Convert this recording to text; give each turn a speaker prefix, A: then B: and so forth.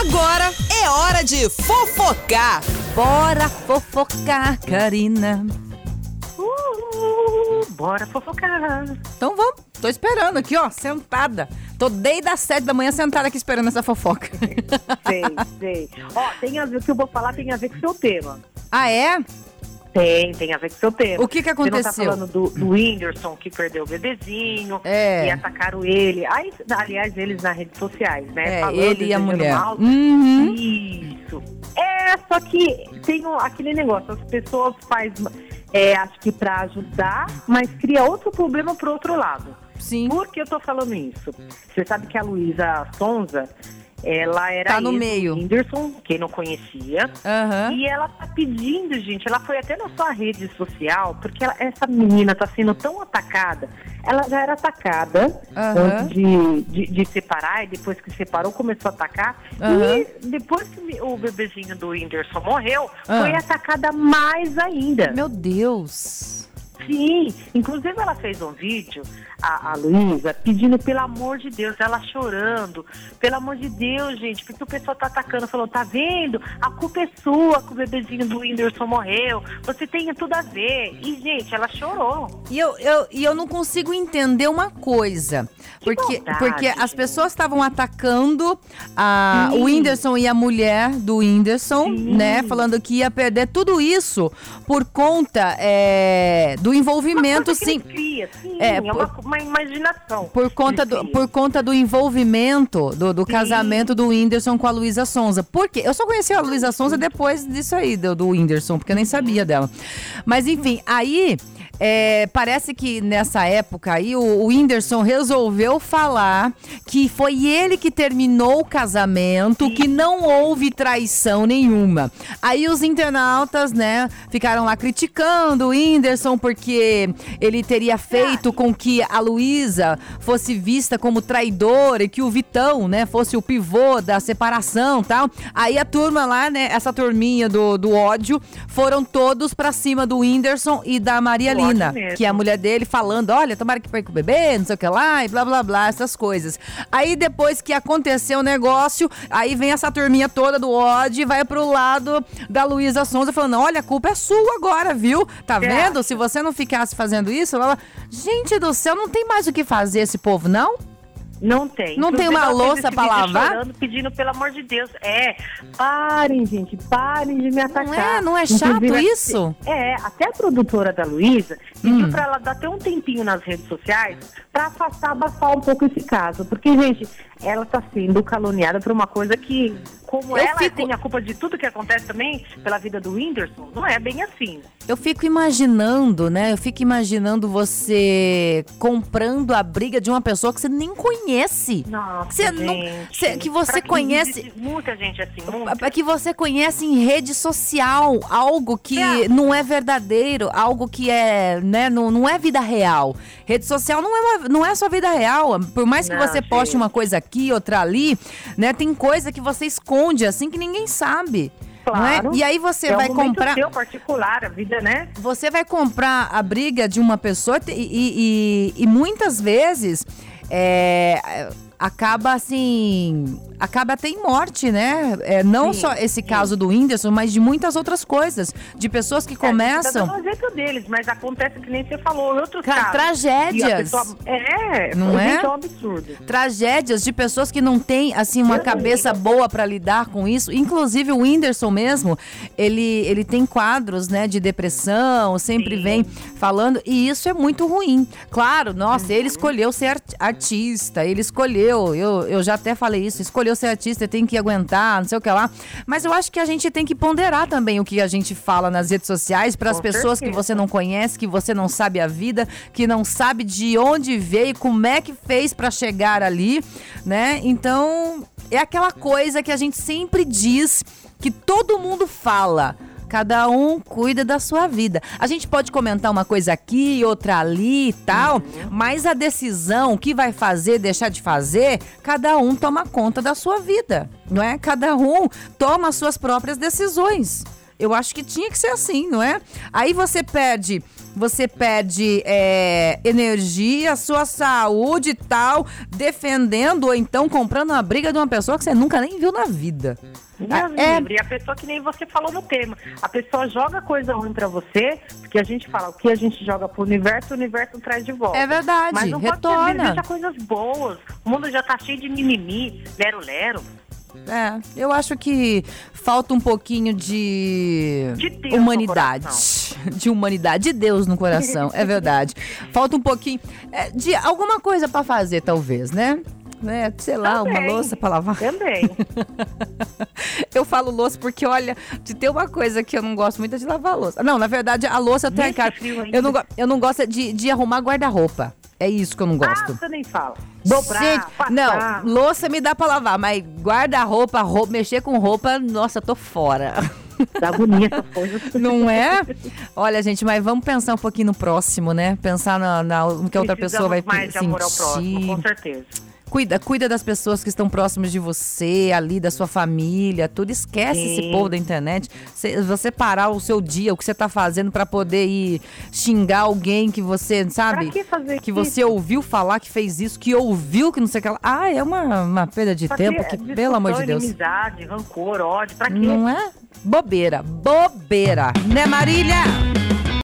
A: Agora é hora de fofocar.
B: Bora fofocar, Karina.
C: Uhul, Uh, bora fofocar.
B: Então vamos. Tô esperando aqui, ó, sentada. Tô desde as sete da manhã sentada aqui esperando essa fofoca.
C: Sei, sei. Ó, tem a ver, o que eu vou falar tem a ver com o seu tema.
B: Ah, é?
C: Tem, tem a ver com o seu tema.
B: O que que
C: Você não tá
B: aconteceu?
C: falando do, do Whindersson que perdeu o bebezinho
B: É.
C: e atacaram ele. Aí, aliás, eles nas redes sociais, né?
B: É,
C: Falando,
B: ele e a
C: desejando
B: mulher.
C: mal.
B: Uhum.
C: Isso. É, só que tem o- aquele negócio, as pessoas fazem, é, acho que pra ajudar, mas cria outro problema pro outro lado.
B: Sim.
C: Por que eu tô falando isso? Você sabe que a Luísa Sonza, ela era
B: Tá no
C: ex do
B: meio.
C: Whindersson, quem não conhecia.
B: Aham.
C: E ela tá pedindo, gente, ela foi até na sua rede social, porque ela- essa menina tá sendo tão atacada. Ela já era atacada
B: Aham.
C: antes de, de, de separar, e depois que separou, começou a atacar.
B: Aham.
C: E depois que o bebezinho do Whindersson morreu,
B: Ah.
C: foi atacada mais ainda.
B: Meu Deus.
C: Sim, inclusive ela fez um vídeo, a, a Luísa, pedindo pelo amor de Deus, ela chorando, pelo amor de Deus, gente, porque o pessoal tá atacando, falou, tá vendo? A culpa é sua que o bebezinho do Whindersson morreu, você tem tudo a ver. E, gente, ela chorou.
B: E eu, eu, e eu não consigo entender uma coisa. Porque,
C: maldade,
B: porque as
C: gente.
B: pessoas estavam atacando a, o
C: Sim.
B: Whindersson e a mulher do Whindersson,
C: Sim.
B: né? Falando que ia perder tudo isso por conta é, do envolvimento,
C: Uma coisa que
B: sim.
C: ele Cria, sim,
B: É,
C: é, uma, uma imaginação.
B: Por conta,
C: Ele
B: do,
C: cria.
B: por conta do envolvimento do, do
C: Sim.
B: casamento do Whindersson com a Luísa Sonza. Por quê? Eu só conheci a Luísa Sonza depois disso aí, do, do Whindersson, porque eu nem sabia dela. Mas enfim, aí é, parece que nessa época aí o, o Whindersson resolveu falar que foi ele que terminou o casamento, que não houve traição nenhuma. Aí os internautas, né, ficaram lá criticando o Whindersson porque ele teria feito com que a Luísa fosse vista como traidora e que o Vitão, né, fosse o pivô da separação tal. Aí a turma lá, né, essa turminha do, do ódio, foram todos pra cima do Whindersson e da Maria
C: Do ódio
B: Lina,
C: mesmo.
B: que é a mulher dele, falando: olha, tomara que perca o bebê, não sei o que lá, e blá blá blá, essas coisas. Aí depois que aconteceu o negócio, aí vem essa turminha toda do ódio e vai pro lado da Luísa Sonza falando: olha, a culpa é sua agora, viu? Tá
C: Você
B: vendo?
C: acha?
B: Se você não ficasse fazendo isso, ela. Gente do céu, não tem mais o que fazer esse povo, não?
C: Não tem. Então,
B: Não tem
C: Inclusive,
B: uma
C: ela fez
B: louça
C: esse
B: pra
C: vídeo
B: lavar?
C: Chorando, pedindo, pelo amor de Deus. É, parem, gente, parem de me atacar.
B: Não é? Não é chato
C: Inclusive,
B: isso? Hum.
C: É, até a produtora da Luísa pediu pra ela dar até um tempinho nas redes sociais pra afastar, abafar um pouco esse caso. Porque, gente, ela tá sendo caluniada por uma coisa que, como
B: Eu
C: ela
B: fico-
C: tem a culpa de tudo que acontece também pela vida do Whindersson, não é bem assim.
B: Eu fico imaginando, né? Eu fico imaginando você comprando a briga de uma pessoa que você nem conhece.
C: Nossa,
B: Você não-
C: gente.
B: cê- que você
C: Pra
B: conhece-
C: existe Muita gente assim, muita.
B: É que você conhece em rede social algo que
C: É.
B: não é verdadeiro, algo que é, né, não, não é vida real. Rede social não é, uma- não é sua vida real. Por mais que
C: Não,
B: você poste
C: gente.
B: uma coisa aqui, outra ali, né, tem coisa que você esconde assim que ninguém sabe. não é?
C: Claro.
B: E aí você
C: é um
B: vai
C: momento
B: comprar.
C: seu particular, a vida, né?
B: Você vai comprar a briga de uma pessoa te- e, e- e- e muitas vezes é, acaba assim. Acaba até em morte, né? É, não
C: Sim,
B: só esse
C: sim.
B: caso do Whindersson, mas de muitas outras coisas. De pessoas que
C: É,
B: começam.
C: tá jeito deles, mas acontece que nem você falou, outros
B: Ca-
C: casos. E a
B: tragédias.
C: pessoa- é,
B: Não
C: foi
B: é?
C: Então, absurdo.
B: tragédias de pessoas que não têm assim uma
C: Eu
B: cabeça boa pra lidar com isso. Inclusive o Whindersson mesmo, ele ele tem quadros, né, de depressão, sempre
C: Sim.
B: vem falando e isso é muito ruim. Claro, nossa, ele escolheu ser art- artista, ele escolheu, eu, eu já até falei isso, escolheu ser artista, tem que aguentar, não sei o que lá. Mas eu acho que a gente tem que ponderar também o que a gente fala nas redes sociais para as
C: Com
B: pessoas que
C: certeza.
B: você não conhece, que você não sabe a vida, que não sabe de onde veio, como é que fez pra chegar ali, né? Então, é aquela coisa que a gente sempre diz, que todo mundo fala. Cada um cuida da sua vida. A gente pode comentar uma coisa aqui, outra ali e
C: Uhum.
B: tal, mas a decisão, o que vai fazer, deixar de fazer, cada um toma conta da sua vida, não é? Cada um toma as suas próprias decisões. Eu acho que tinha que ser assim, não é? Aí você perde, você perde é, energia, sua saúde e tal, defendendo ou então comprando uma briga de uma pessoa que você nunca nem viu na vida.
C: Deus
B: É.
C: livre. E a pessoa que nem você falou no tema. A pessoa joga coisa ruim pra você, porque a gente fala o que a gente joga pro universo, o universo traz de volta.
B: É verdade,
C: Mas não pode ser,
B: retorna.
C: deseja coisas boas. O mundo já tá cheio de mimimi, lero-lero.
B: É, eu acho que falta um pouquinho de,
C: De Deus no
B: humanidade.
C: coração.
B: De humanidade, de Deus no coração, é verdade. Falta um pouquinho é, de alguma coisa pra fazer, talvez, né? Né, sei lá, uma
C: Também.
B: louça pra lavar.
C: Também.
B: Eu falo louça porque, olha, de ter uma coisa que eu não gosto muito é de lavar louça. Não, na verdade, a louça tem
C: Nesse
B: cara.
C: frio ainda.
B: Eu não, go- eu não gosto é de, de arrumar guarda-roupa. É isso que eu não
C: ah,
B: gosto.
C: você nem fala. Dobrar,
B: Gente,
C: passar.
B: não, louça me dá pra lavar, mas guarda-roupa, roupa, mexer com roupa, nossa, eu tô fora.
C: Dá agonia essas coisas.
B: Não é? Olha, gente, mas vamos pensar um pouquinho no próximo, né? Pensar na, na- no que a outra pessoa
C: Precisamos
B: vai assim,
C: mais de
B: sentir.
C: amor ao próximo, com certeza.
B: Cuida, cuida das pessoas que estão próximas de você, ali da sua família, tudo. Esquece esse
C: Sim.
B: povo da internet. Cê- você parar o seu dia, o que você tá fazendo pra poder ir xingar alguém que você, sabe?
C: Pra que fazer
B: que
C: isso?
B: você ouviu falar que fez isso, que ouviu que não sei o que lá. Ah, é uma, uma perda de
C: Pra
B: tempo
C: que
B: que,
C: discussão,
B: pelo amor de Deus.
C: inimizade, rancor, ódio, pra quê?
B: Não é? Bobeira, bobeira. Né, Marília?